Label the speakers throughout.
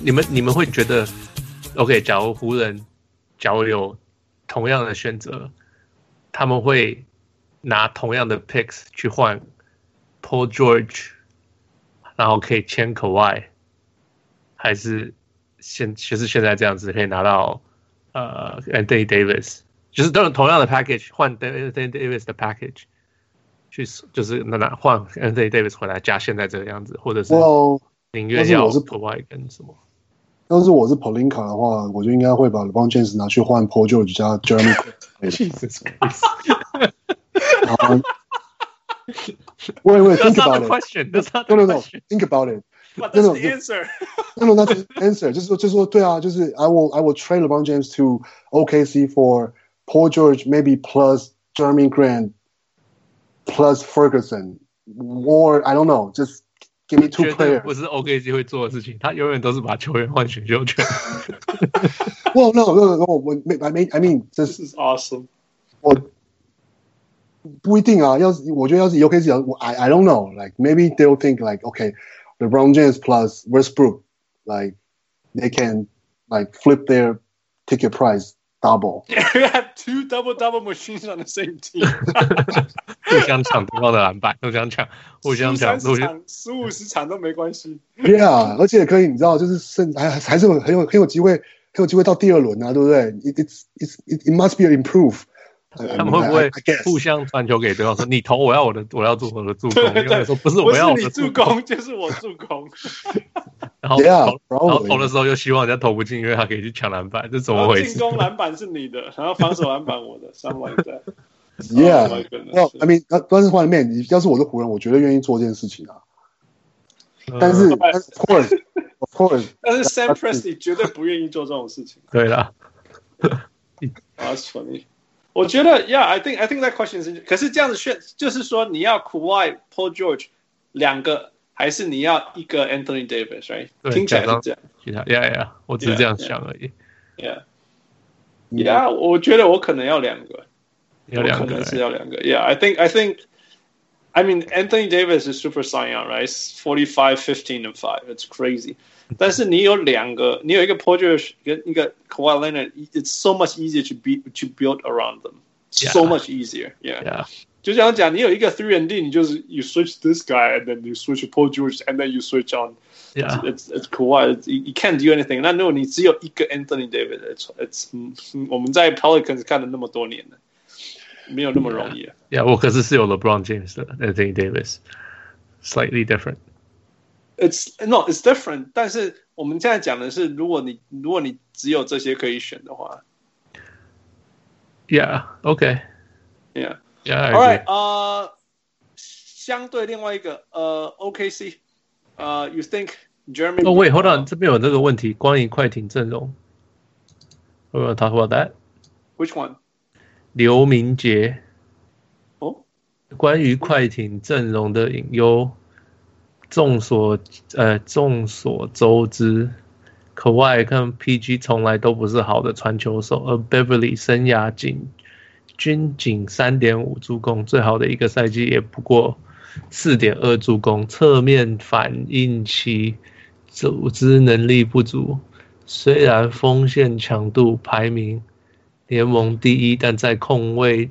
Speaker 1: 你们你们会觉得，OK，假如湖人假如有同样的选择，他们会拿同样的 picks 去换 Paul George，然后可以签 Kawhi，还是现就是现在这样子可以拿到呃 Anthony Davis，就是都是同样的 package 换 Anthony Davis 的 package。去就是那拿换 Anthony Davis 回来加现在这个样子，或者是
Speaker 2: 我
Speaker 1: 宁
Speaker 2: 但
Speaker 1: 愿
Speaker 2: 是
Speaker 1: 要
Speaker 2: 我是
Speaker 1: Kawhi 跟什么？
Speaker 2: 要是我是 Polinka 的话，我就应该会把 LeBron James 拿去换 Paul George 加 Jeremy Grant，
Speaker 1: Jesus Christ！
Speaker 2: 然后 wait wait
Speaker 1: That's
Speaker 2: think
Speaker 1: not the
Speaker 2: about it
Speaker 1: question. That's not the
Speaker 2: no no no
Speaker 1: question.
Speaker 2: think about it No,
Speaker 3: But that's
Speaker 2: no,
Speaker 3: the
Speaker 2: no.
Speaker 3: answer.
Speaker 2: no no that's answer 就是说就是说对啊，就是 I will I will trade LeBron James to OKC for Paul George maybe plus Jeremy Grant plus Ferguson or I don't know just give me two
Speaker 1: 绝对
Speaker 2: players
Speaker 1: 不是 OKC 会做的事情，他永远都是把球员换选秀权。
Speaker 2: well no no no 我 I mean I mean 这是
Speaker 3: This is awesome.
Speaker 2: 我不一定啊，要是我觉得要是 UKC 要我 I I don't know like maybe they'll think like okay LeBron James plus Westbrook like they can like flip their ticket price double
Speaker 3: we have two double double machines on the same team.
Speaker 1: 互相抢对方的篮板，互 相抢， 互相抢，
Speaker 3: 输
Speaker 1: 互
Speaker 3: 30
Speaker 1: 相
Speaker 3: 场、十五十场都没关系。
Speaker 2: yeah 而且可以你知道就是甚还还是有很有很有机会很有机会到第二轮啊对不对 it it's it's it, it must be an improve
Speaker 1: 他们会不
Speaker 2: I,
Speaker 1: 会
Speaker 2: I guess
Speaker 1: 互相传球给对方说：“你投，我要我的，我要做我的助攻。”
Speaker 3: 对对
Speaker 1: 因为说：“不是，
Speaker 3: 不
Speaker 1: 我
Speaker 3: 是
Speaker 1: 要我
Speaker 3: 你
Speaker 1: 的
Speaker 3: 助。攻， 就是我助攻。
Speaker 1: 然后投，然
Speaker 2: yeah 哦
Speaker 1: 后投的
Speaker 2: probably
Speaker 1: 时候又希望人家投不进，因为他可以去抢篮板，这怎
Speaker 3: 然
Speaker 1: 么
Speaker 3: 后
Speaker 1: 回
Speaker 3: 进
Speaker 1: 事？
Speaker 3: 攻篮板是你的， 然后防守篮板我的，something like that.
Speaker 2: yeah
Speaker 3: Oh my goodness.
Speaker 2: well I mean 那但是换面你要是我是湖人我绝对愿意做这件事情啊。
Speaker 1: 嗯
Speaker 2: 但是
Speaker 3: 嗯
Speaker 2: 但是，of course，of course，
Speaker 3: 但是 Sam Presti 绝对不愿意做这种事情。
Speaker 1: 对啦，
Speaker 3: That's funny. 我觉得，Yeah, I think I think that question is. 可是这样子选，就是说你要 Kawhi、Paul George 两个，还是你要一个 Anthony Davis，right？
Speaker 1: 对
Speaker 3: 听起来是
Speaker 1: 讲到
Speaker 3: 这样。
Speaker 1: 其他呀呀，我只是这样想而已。
Speaker 3: Yeah, Yeah，我觉得我可能要两个，
Speaker 1: 有两
Speaker 3: 我可
Speaker 1: 个
Speaker 3: 能是要两个。Yeah, I think I think. I mean, Anthony Davis is super sign on, right? It's 45, 15, and 5. It's crazy. 但是你有两个，你有一个 Paul George 跟一个 Kawhi Leonard, it's so much easier to be to build around them. So
Speaker 1: Yeah.
Speaker 3: much easier. Yeah.
Speaker 1: 呀，
Speaker 3: 就这样讲，你有一个 three and D，你就是 you switch this guy and then you switch Paul George and then you switch on
Speaker 1: 呀
Speaker 3: it's it's Kawhi it's, you you can't do anything。那如果你只有一个 Anthony Davis，it's it's 嗯我们在 Pelicans 看了那么多年了，没有那么容易。
Speaker 1: 呀，我可是是有 LeBron James 的 Anthony Davis，slightly different。
Speaker 3: It's no it's different。但是我们现在讲的是，如果你如果你只有这些可以选的话
Speaker 1: Yeah，OK，Yeah，
Speaker 3: ，Yeah。
Speaker 1: All
Speaker 3: All right，呃，uh, 相对另外一个呃 OKC，呃，you think Jeremy？
Speaker 1: Oh wait, hold on，这边有这个问题，关于快艇阵容。We want to talk about that。
Speaker 3: Which one？
Speaker 1: 刘明杰
Speaker 3: 哦。
Speaker 1: 关于快艇阵容的隐忧，众所呃众所周知，可外跟 PG 从来都不是好的传球手，而 Beverly 生涯仅均仅三点五助攻，最好的一个赛季也不过四点二助攻，侧面反映其组织能力不足。虽然锋线强度排名联盟第一，但在控卫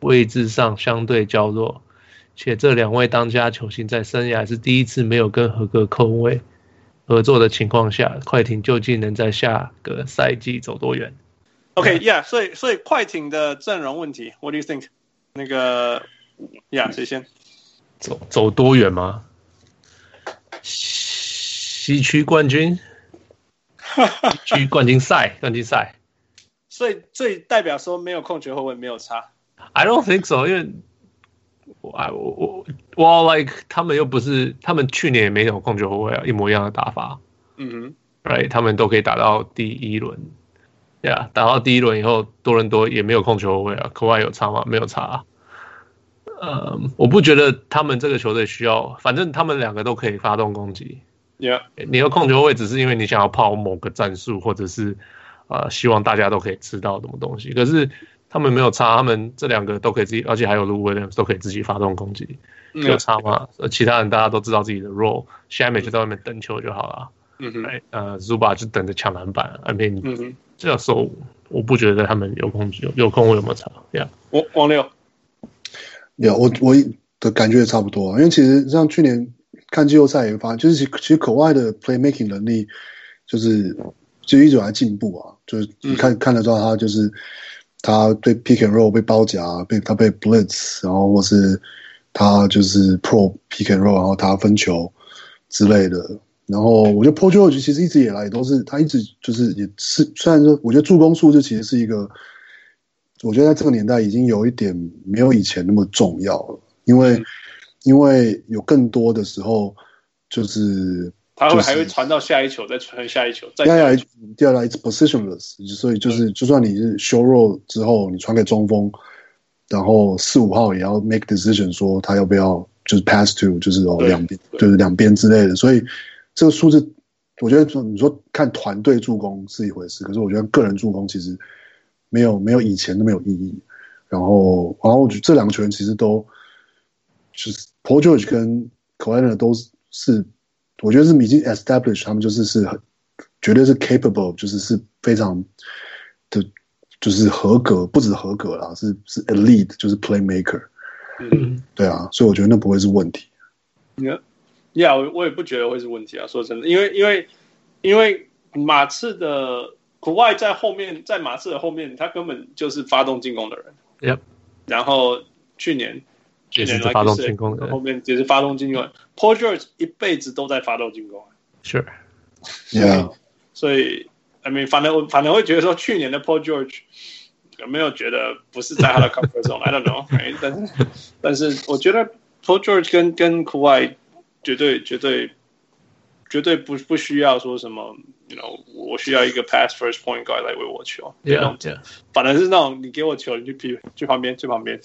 Speaker 1: 位置上相对较弱，且这两位当家球星在生涯是第一次没有跟合格控卫合作的情况下，快艇究竟能在下个赛季走多远？
Speaker 3: Okay, yeah. 所以所以快艇的阵容问题，What do you think？那个，Yeah，谁先？
Speaker 1: 走走多远吗？西西区冠 军，西区冠军赛，冠军赛
Speaker 3: 所以所以代表说没有控球后卫没有差。
Speaker 1: ，I don't think so，因为我啊我我我 like 他们又不是，他们去年也没有控球后卫啊，一模一样的打法。
Speaker 3: 嗯
Speaker 1: right？他们都可以打到第一轮，对啊，打到第一轮以后，多伦多也没有控球后卫啊，科外有差吗？没有差、啊。嗯，我不觉得他们这个球队需要，反正他们两个都可以发动攻击。
Speaker 3: 哼，Yeah，
Speaker 1: 你要控球后卫，只是因为你想要跑某个战术，或者是呃希望大家都可以吃到什么东西。可是他们没有差，他们这两个都可以自己，而且还有 Lou Williams 都可以自己发动攻击，有
Speaker 3: 嗯
Speaker 1: 差吗？呃其他人大家都知道自己的 role，下面就在外面等球就好了。
Speaker 3: 嗯哼，
Speaker 1: 哎呃，Zuba 就等着抢篮板。I 啊 mean，
Speaker 3: 嗯哼，
Speaker 1: 这样说我不觉得他们有空有有空位有没有差？Yeah，
Speaker 3: 王王六，
Speaker 2: 有我我的感觉也差不多，啊因为其实像去年看季后赛也发现，就是其其实口外的 playmaking 能力就是就一直有在进步啊，就是
Speaker 3: 嗯
Speaker 2: 你看、看得到他就是他对 pick and roll 被包夹，啊被他被 blitz，然后或是他就是 pro pick and roll，然后他分球之类的。然后我觉得 p o j o 其实一直以来都是他一直就是也是虽然说我觉得助攻数字其实是一个我觉得在这个年代已经有一点没有以前那么重要了，因为、因为有更多的时候就是
Speaker 3: 他会
Speaker 2: 就是
Speaker 3: 还会传到下一球，再传下一球，再
Speaker 2: 第二
Speaker 3: 下一
Speaker 2: 来
Speaker 3: 球。
Speaker 2: 第二来 it's positionless，所以就是就算你是修弱之后，你传给中锋，然后四五号也要 make decision 说他要不要就是 pass to，就是哦
Speaker 3: 对
Speaker 2: 两边
Speaker 3: 对
Speaker 2: 就是两边之类的，所以这个数字。我觉得说你说看团队助攻是一回事，可是我觉得个人助攻其实没有没有以前那么有意义。然后，然后我觉得这两个球员其实都就是 Paul George 跟 k a w h n 都是，我觉得是已经 establish 他们就是是很绝对是 capable，就是是非常的，就是合格，不止合格啦，是是 elite，就是 playmaker。
Speaker 3: 嗯
Speaker 2: 对啊，所以我觉得那不会是问题。
Speaker 3: ，Yeah，我我也不觉得会是问题啊。说真的，因为因为因为马刺的国外在后面，在马刺的后面，他根本就是发动进攻的人。
Speaker 1: Yep
Speaker 3: 然后去年去
Speaker 1: 也
Speaker 3: 年
Speaker 1: 是
Speaker 3: like you
Speaker 1: 发动
Speaker 3: said，
Speaker 1: 进攻的
Speaker 3: 后面也是发动进攻。Paul George 一辈子都在发动进攻啊，
Speaker 1: ，Sure，
Speaker 2: Yeah，
Speaker 3: 所以 I mean，反正我反正会觉得说去年的 Paul George 有没有觉得不是在他的 comfort zone？I don't know，right? 但是但是我觉得 Paul George 跟跟 Kawhi 绝对绝对绝对不不需要说什么，you know，我需要一个 pass first point guard 来为我球。
Speaker 1: y e
Speaker 3: 那种
Speaker 1: a h
Speaker 3: 反正是那种你给我球，你去皮去旁边去旁边，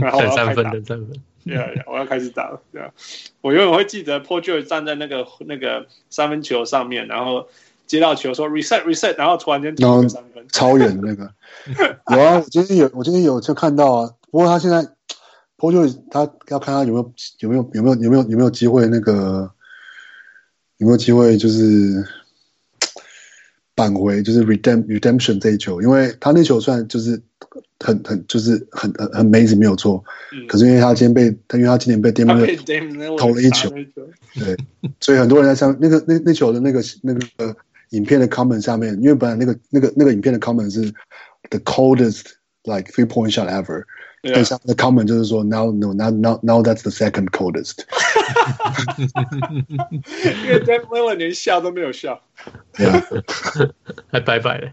Speaker 3: 然后我
Speaker 1: 等
Speaker 3: 要
Speaker 1: 三
Speaker 3: 开
Speaker 1: 分
Speaker 3: 打。
Speaker 1: 等三分，
Speaker 3: yeah, yeah, 我要开始打了。Yeah. 我永远会记得 Paul George 站在那个那个三分球上面，然后接到球说 reset reset，然后突然间投一个三分。
Speaker 2: 超远的那个有啊，我今天有，我今天有就看到啊。不过他现在 p o j o 他要看他有没有有没有有没有有没有有没有机会那个有没有机会就是扳回，就是 redem redemption 这一球，因为他那球虽然就是很很就是很很很 amazing 没有错，
Speaker 3: 嗯
Speaker 2: 可是因为他今天被他因为他今年被 d a
Speaker 3: 他
Speaker 2: m
Speaker 3: 被 Dame 那位
Speaker 2: 投了一球
Speaker 3: 打球
Speaker 2: 对，所以很多人在上那个那那球的那个那个影片的 comment 下面，因为本来那个那个那个影片的 comment 是 the coldest like three point shot ever，
Speaker 3: 对啊
Speaker 2: 但下面的 comment 就是说 now no now now now that's the second coldest，
Speaker 3: 因为 Dame l i l l a 连笑都没有笑。
Speaker 2: 对啊，
Speaker 1: 还哎拜拜嘞。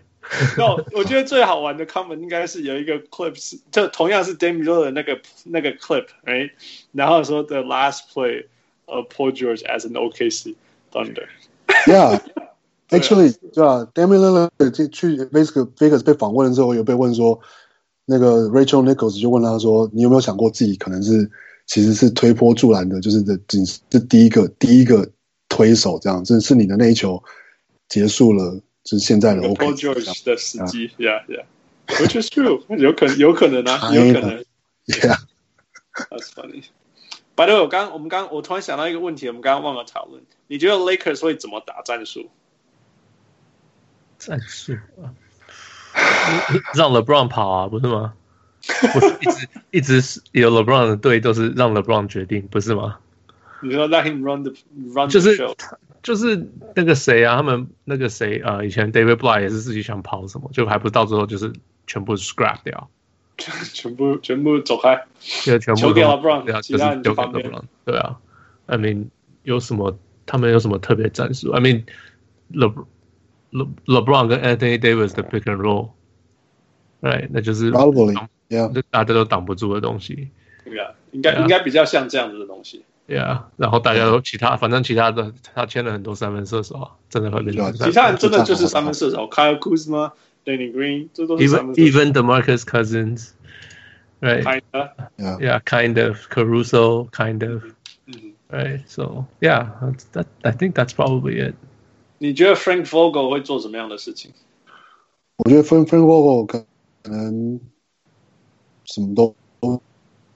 Speaker 3: 那我我觉得最好玩的 comment 应该是有一个 clip 是，就同样是 Dame l i l l a 那个那个 clip，right？然后说 the last play of Paul George as an OKC Thunder。
Speaker 2: Yeah. Actually，对啊 d a m i l l 去去 Vegas Vegas 被访问的时候，有被问说，那个 Rachel Nichols 就问他说，你有没有想过自己可能是其实是推波助澜的，就是这仅是第一个第一个推手这样，这是你的那一球结束了，就是现在的
Speaker 3: 那
Speaker 2: OK
Speaker 3: Paul。George 哦的时机，Yeah
Speaker 2: 嗯
Speaker 3: Yeah，which is true，有可能有可能啊，
Speaker 2: 哎
Speaker 3: 有可能。
Speaker 2: Yeah，
Speaker 3: That's funny。By the way，我刚我们刚我突然想到一个问题，我们刚刚忘了讨论。你觉得 Lakers 会怎么打战术？
Speaker 1: 战术啊，你你让 LeBron 跑啊，不是吗？不是一直一直是有 LeBron 的队都是让 LeBron 决定，不是吗？
Speaker 3: 你说 Let him run the run the
Speaker 1: 就是
Speaker 3: show，
Speaker 1: 就是那个谁啊，他们那个谁呃，以前 David Bly 也是自己想跑什么，就还不是到最后就是全部 scrap 掉，
Speaker 3: 全部全部走开。
Speaker 1: 就全部
Speaker 3: 球
Speaker 1: 都
Speaker 3: 给 LeBron，
Speaker 1: 对啊，
Speaker 3: 其
Speaker 1: 就是
Speaker 3: 他人
Speaker 1: 丢
Speaker 3: 就
Speaker 1: 给
Speaker 3: 旁边
Speaker 1: LeBron，对啊，I mean 有什么他们有什么特别战术？I mean Le Le LeBron 跟 Anthony Davis 的 pick and roll，right，那就是
Speaker 2: ，Probably，Yeah，
Speaker 1: 就大家都挡不住的东西。
Speaker 3: Yeah，应啊该
Speaker 1: Yeah
Speaker 3: 应该比较像这样子的东西。
Speaker 1: 对啊，然后大家都其他，反正其他的他签了很多三分射手啊，真的很厉害。
Speaker 2: 对啊
Speaker 3: 其他人真的就是三分射手，Kyle Kuzma、Danny Green，这都是三
Speaker 1: even
Speaker 3: 分射手。
Speaker 1: even Demarcus Cousins, right?
Speaker 3: Kind of，
Speaker 2: Yeah，
Speaker 1: Yeah, kind of Caruso, kind of
Speaker 3: 嗯，
Speaker 1: right. So yeah, that's, that I think that's probably it.
Speaker 3: 你觉得 Frank Vogel 会做什么样的事情？
Speaker 2: 我觉得分分过后可能什么都都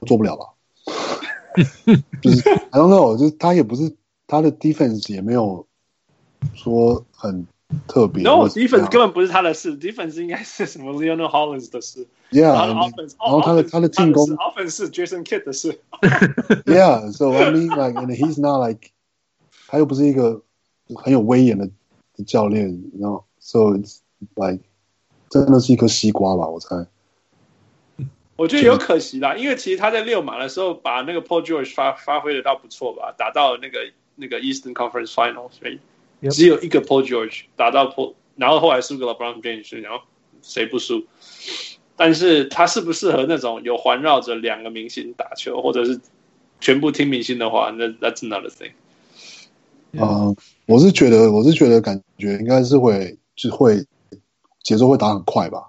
Speaker 2: 做不了吧。 就是 I don't know，就是他也不是他的 defense 也没有说很特别。
Speaker 3: No
Speaker 2: 或者怎
Speaker 3: defense
Speaker 2: 样
Speaker 3: 根本不是他的事，defense 应该是什么 Leonard Hollins 的事，然后
Speaker 2: Yeah,
Speaker 3: offense，
Speaker 2: 啊嗯然后他的他的进攻
Speaker 3: offense 是 Jason Kidd 的事。
Speaker 2: yeah. So I mean, like, and he's not like，他又不是一个很有威严的教练，然后 so it's like 真的是一颗西瓜吧，我猜。
Speaker 3: 我觉得有可惜啦，因为其实他在六马的时候把那个 Paul George 发发挥的倒不错吧，打到那个那个 Eastern Conference Final，所以
Speaker 1: Yep
Speaker 3: 只有一个 Paul George 打到 Paul，然后后来输给了 Brown James，然后谁不输？但是他适不适合那种有环绕着两个明星打球，或者是全部听明星的话，那 That's another thing。
Speaker 2: 嗯，我是觉得，我是觉得，感觉应该是会，就会节奏会打很快吧，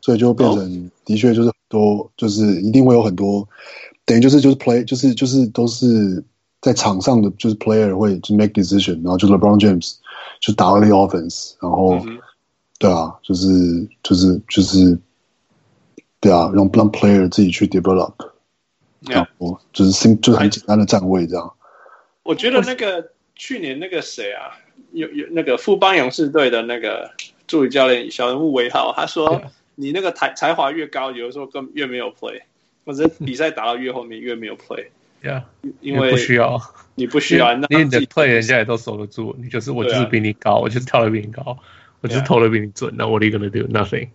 Speaker 2: 所以就变
Speaker 3: 哦
Speaker 2: 成的确就是很多，就是一定会有很多，等于就是就是 play，就是就是都是在场上的，就是 player 会就 make decision，然后就是 LeBron James 就打了 the offense，然后、
Speaker 3: 嗯哼
Speaker 2: 对啊，就是就是就是，对啊，让让 player 自己去 develop，然
Speaker 3: Yeah
Speaker 2: 后就是新就是很简单的站位这样。
Speaker 3: 我觉得那个去年那个谁啊，有有那个富邦勇士队的那个助理教练小人物韦浩，他说
Speaker 1: Yeah.
Speaker 3: 你那个才才华越高，有的时候更越没有 play，或者比赛打到越后面越没有 play，
Speaker 1: Yeah，
Speaker 3: 因为
Speaker 1: 不需要，
Speaker 3: 你不需要，
Speaker 1: 你
Speaker 3: 让
Speaker 1: 你
Speaker 3: 自
Speaker 1: 的
Speaker 3: 己
Speaker 1: play 人家也都守得住，你就是我就
Speaker 3: 对啊
Speaker 1: 是比你高，我就是跳得比你高，我就是
Speaker 3: Yeah
Speaker 1: 投得比你准，那 what are you gonna do? Nothing.
Speaker 3: 所以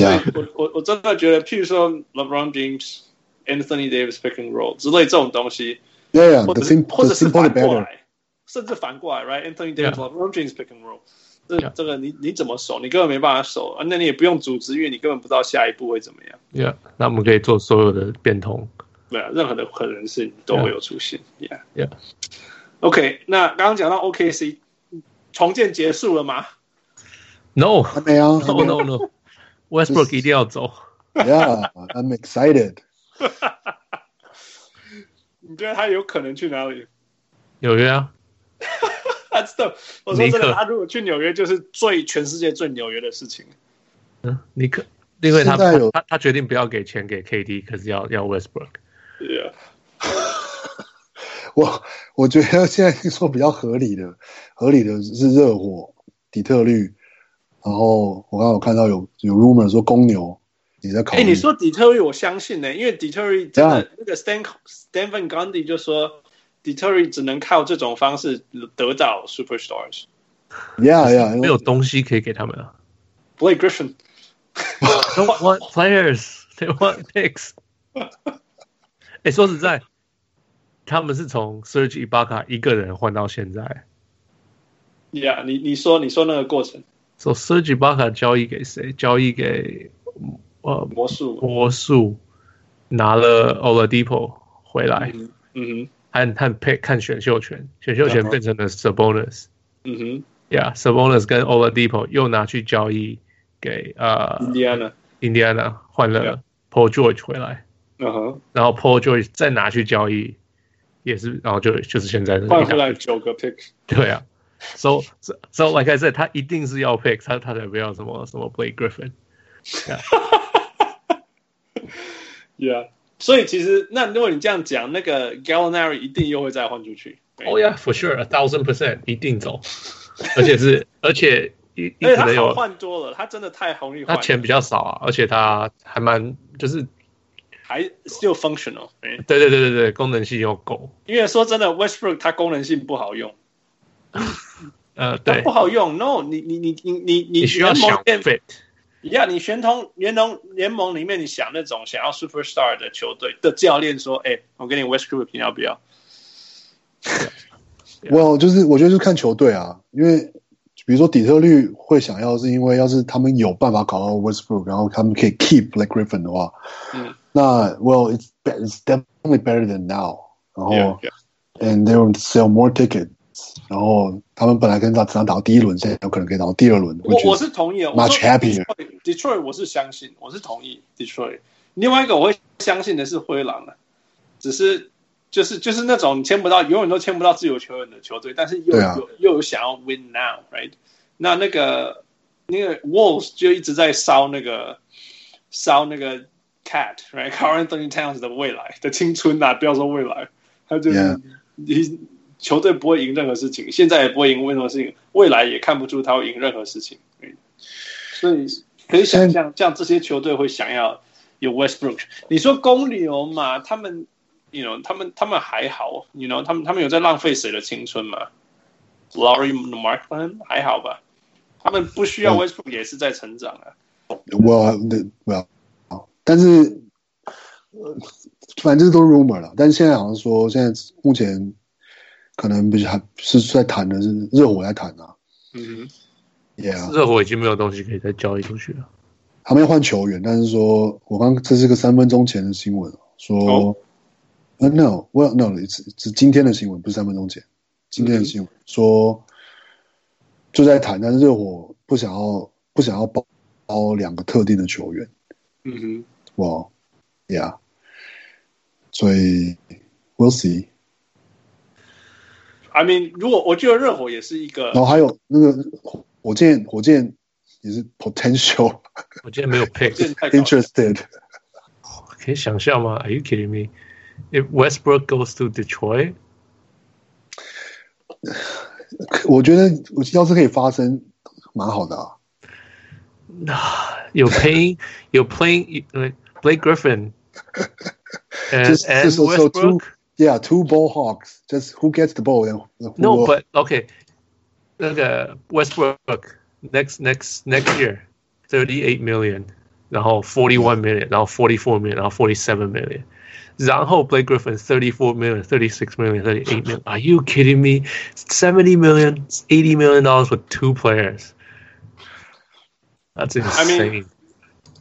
Speaker 2: Yeah，
Speaker 3: 我我我真的觉得，譬如说 LeBron James、Anthony Davis pick and roll 之类这种东西，
Speaker 2: Yeah, yeah,
Speaker 3: 或
Speaker 2: the
Speaker 3: 者是
Speaker 2: sim-
Speaker 3: 或者
Speaker 2: the
Speaker 3: 是
Speaker 2: simple
Speaker 3: 反
Speaker 2: the
Speaker 3: 过
Speaker 2: better.
Speaker 3: 来，甚至反过来，right？Anthony
Speaker 1: Yeah.
Speaker 3: Davis、LeBron James pick and roll，这
Speaker 1: Yeah.
Speaker 3: 这个你你怎么守？你根本没办法守，啊那你也不用组织，因为你根本不知道下一步会怎么样。
Speaker 1: Yeah，那我们可以做所有的变通。
Speaker 3: 对啊，任何的可能性都会有出现。Yeah,
Speaker 1: Yeah.
Speaker 3: OK，那刚刚讲到 OKC 重建结束了吗？
Speaker 1: No,
Speaker 2: 还没啊
Speaker 3: Oh
Speaker 1: no, no, no. Westbrook 一定要走。
Speaker 2: ，Yeah, I'm excited.
Speaker 3: 你觉得他有可能去哪里？
Speaker 1: 纽约啊，
Speaker 3: 他真的，我说真
Speaker 1: 尼
Speaker 3: 的，
Speaker 1: 克
Speaker 3: 他如果去纽约，就是最全世界最纽约的事情。
Speaker 1: 嗯，你可因为他
Speaker 2: 现在有
Speaker 1: 他他他决定不要给钱给 KD，可是要要 Westbrook。
Speaker 3: Yeah，
Speaker 2: 我我觉得现在听说比较合理的，合理的是热火、底特律，然后我刚刚有看到有有 rumor 说公牛也在考
Speaker 3: 哎、
Speaker 2: 虑。
Speaker 3: 你说底特律，我相信呢、因为底特律真
Speaker 1: 啊
Speaker 3: 的那个 Stan Stephen Gandhi 就说，底特律只能靠这种方式得到 superstars。
Speaker 2: Yeah, yeah,
Speaker 1: 没有东西可以给他们啊。
Speaker 3: Blake Griffin，
Speaker 1: They want players, they want picks。哎，说实在，他们是从 Serge Ibaka 一个人换到现在。
Speaker 3: yeah，你你说你说那个过程，
Speaker 1: So Serge Ibaka 交易给谁？交易给呃
Speaker 3: 魔术，
Speaker 1: 魔术，拿了 Oladipo 回来，
Speaker 3: 嗯
Speaker 1: 和
Speaker 3: 哼，
Speaker 1: 和 pick 看选秀权，选秀权变成了 Sabonis。
Speaker 3: 嗯哼
Speaker 1: Yeah，Sabonis 跟 Oladipo 又拿去交易给呃
Speaker 3: ，Indiana，
Speaker 1: Indiana 换
Speaker 3: Yeah
Speaker 1: 了 Paul George 回来，
Speaker 3: 嗯哼，
Speaker 1: 然后 Paul George 再拿去交易，也是然后就就是现在的
Speaker 3: 换回来九个 pick。
Speaker 1: 对啊。So so so like I said，他一定是要 pick，他他才不要什么什么 Blake Griffin。
Speaker 3: Yeah，所以其实那如果你这样讲，那个 Gallinari 一定又会再换出去。哎
Speaker 1: Oh yeah，for sure，a thousand percent 一定走，而且是而且一一可
Speaker 3: 而且他
Speaker 1: 能
Speaker 3: 好
Speaker 1: 有
Speaker 3: 换多了，他真的太红利换
Speaker 1: 他
Speaker 3: 了，
Speaker 1: 钱比较少啊，而且他还蛮就是
Speaker 3: 还 still functional、嗯
Speaker 1: 对对对对对，功能性又够。
Speaker 3: 因为说真的，Westbrook 他功能性不好用，
Speaker 1: 呃，
Speaker 3: 他
Speaker 1: 对
Speaker 3: 不，好用。No，你你你你你你
Speaker 1: 你需要
Speaker 3: 联盟
Speaker 1: 想
Speaker 3: 里面
Speaker 1: fit。
Speaker 3: 呀你联通联盟联盟里面，你想那种想要 superstar 的球队的教练说，哎、我给你 Westbrook，你要不要？
Speaker 2: 我就是我觉得就是看球队啊，因为比如说底特律会想要，是因为要是他们有办法搞到 Westbrook，然后他们可以 keep Blake Griffin 的话，
Speaker 3: 嗯，
Speaker 2: 那 Well it's be- it's definitely better than now。然后
Speaker 3: Yeah, yeah.
Speaker 2: and they will sell more tickets。然后他们本来跟他只能打到第一轮，现在有可能可以打到第二轮。
Speaker 3: 我
Speaker 2: which is
Speaker 3: 我是同意的。我
Speaker 2: much
Speaker 3: 说
Speaker 2: happier
Speaker 3: Detroit, Detroit 我是相信，我是同意 Detroit。另外一个我会相信的是灰狼的，只是就是就是那种签不到，永远都签不到自由球员的球队，但是又、
Speaker 2: 对啊
Speaker 3: 有又有想要 win now，right？那那个那个 Wolves 就一直在烧那个烧那个 Cat，right？Carl Anthony Towns 的未来的青春呐、啊，不要说未来，他就是
Speaker 2: Yeah.
Speaker 3: he's 球队不会赢任何事情，现在也不会赢任何事情，未来也看不出他会赢任何事情。嗯所以可以想象，这样这些球队会想要有 Westbrook。你说公牛嘛，他们，you know，他们他们还好，you know，他们他们有在浪费谁的青春吗？Larry Markman 还好吧，他们不需要 Westbrook 也是在成长啊。
Speaker 2: Well, the- well，好，但是呃，反正这都是 rumor 了。但是现在好像说，现在目前可能不是还是在谈的是热火在谈啊
Speaker 3: 嗯
Speaker 2: ，Yeah，
Speaker 1: 热火已经没有东西可以再交易出去了。
Speaker 2: 他们要换球员，但是说我刚这是个三分钟前的新闻，说
Speaker 3: 哦、
Speaker 2: 呃 n o w e l l no，是是今天的新闻，不是三分钟前，今天的新闻、说就在谈，但是热火不想要不想要包包两个特定的球员。
Speaker 3: 嗯哼。
Speaker 2: Well, yeah. 所以 we'll see。
Speaker 3: I mean，如果我觉得热火也是一个
Speaker 2: 然后还有那个火火箭，火箭也是 potential
Speaker 1: 我今天没有 pick，
Speaker 3: 现在搞
Speaker 2: interested。
Speaker 1: 可以想象吗？Are you kidding me? If Westbrook goes to Detroit，
Speaker 2: 我觉得我要是可以发生，蛮好的啊。
Speaker 1: you're paying, you're playing like Blake Griffin and,
Speaker 2: Just-
Speaker 1: and
Speaker 2: just also two-
Speaker 1: Westbrook.
Speaker 2: Yeah, two ball hawks. Just who gets the ball and who
Speaker 1: No,
Speaker 2: will-
Speaker 1: but okay. 那个 Westbrook next next next year thirty eight million，然后 forty one million，然后 forty four million，然后 forty seven million，然后 Blake Griffin thirty four million, thirty six million, thirty eight million. Are you kidding me? Seventy million, eighty million dollars with two players. That's insane.
Speaker 3: mean-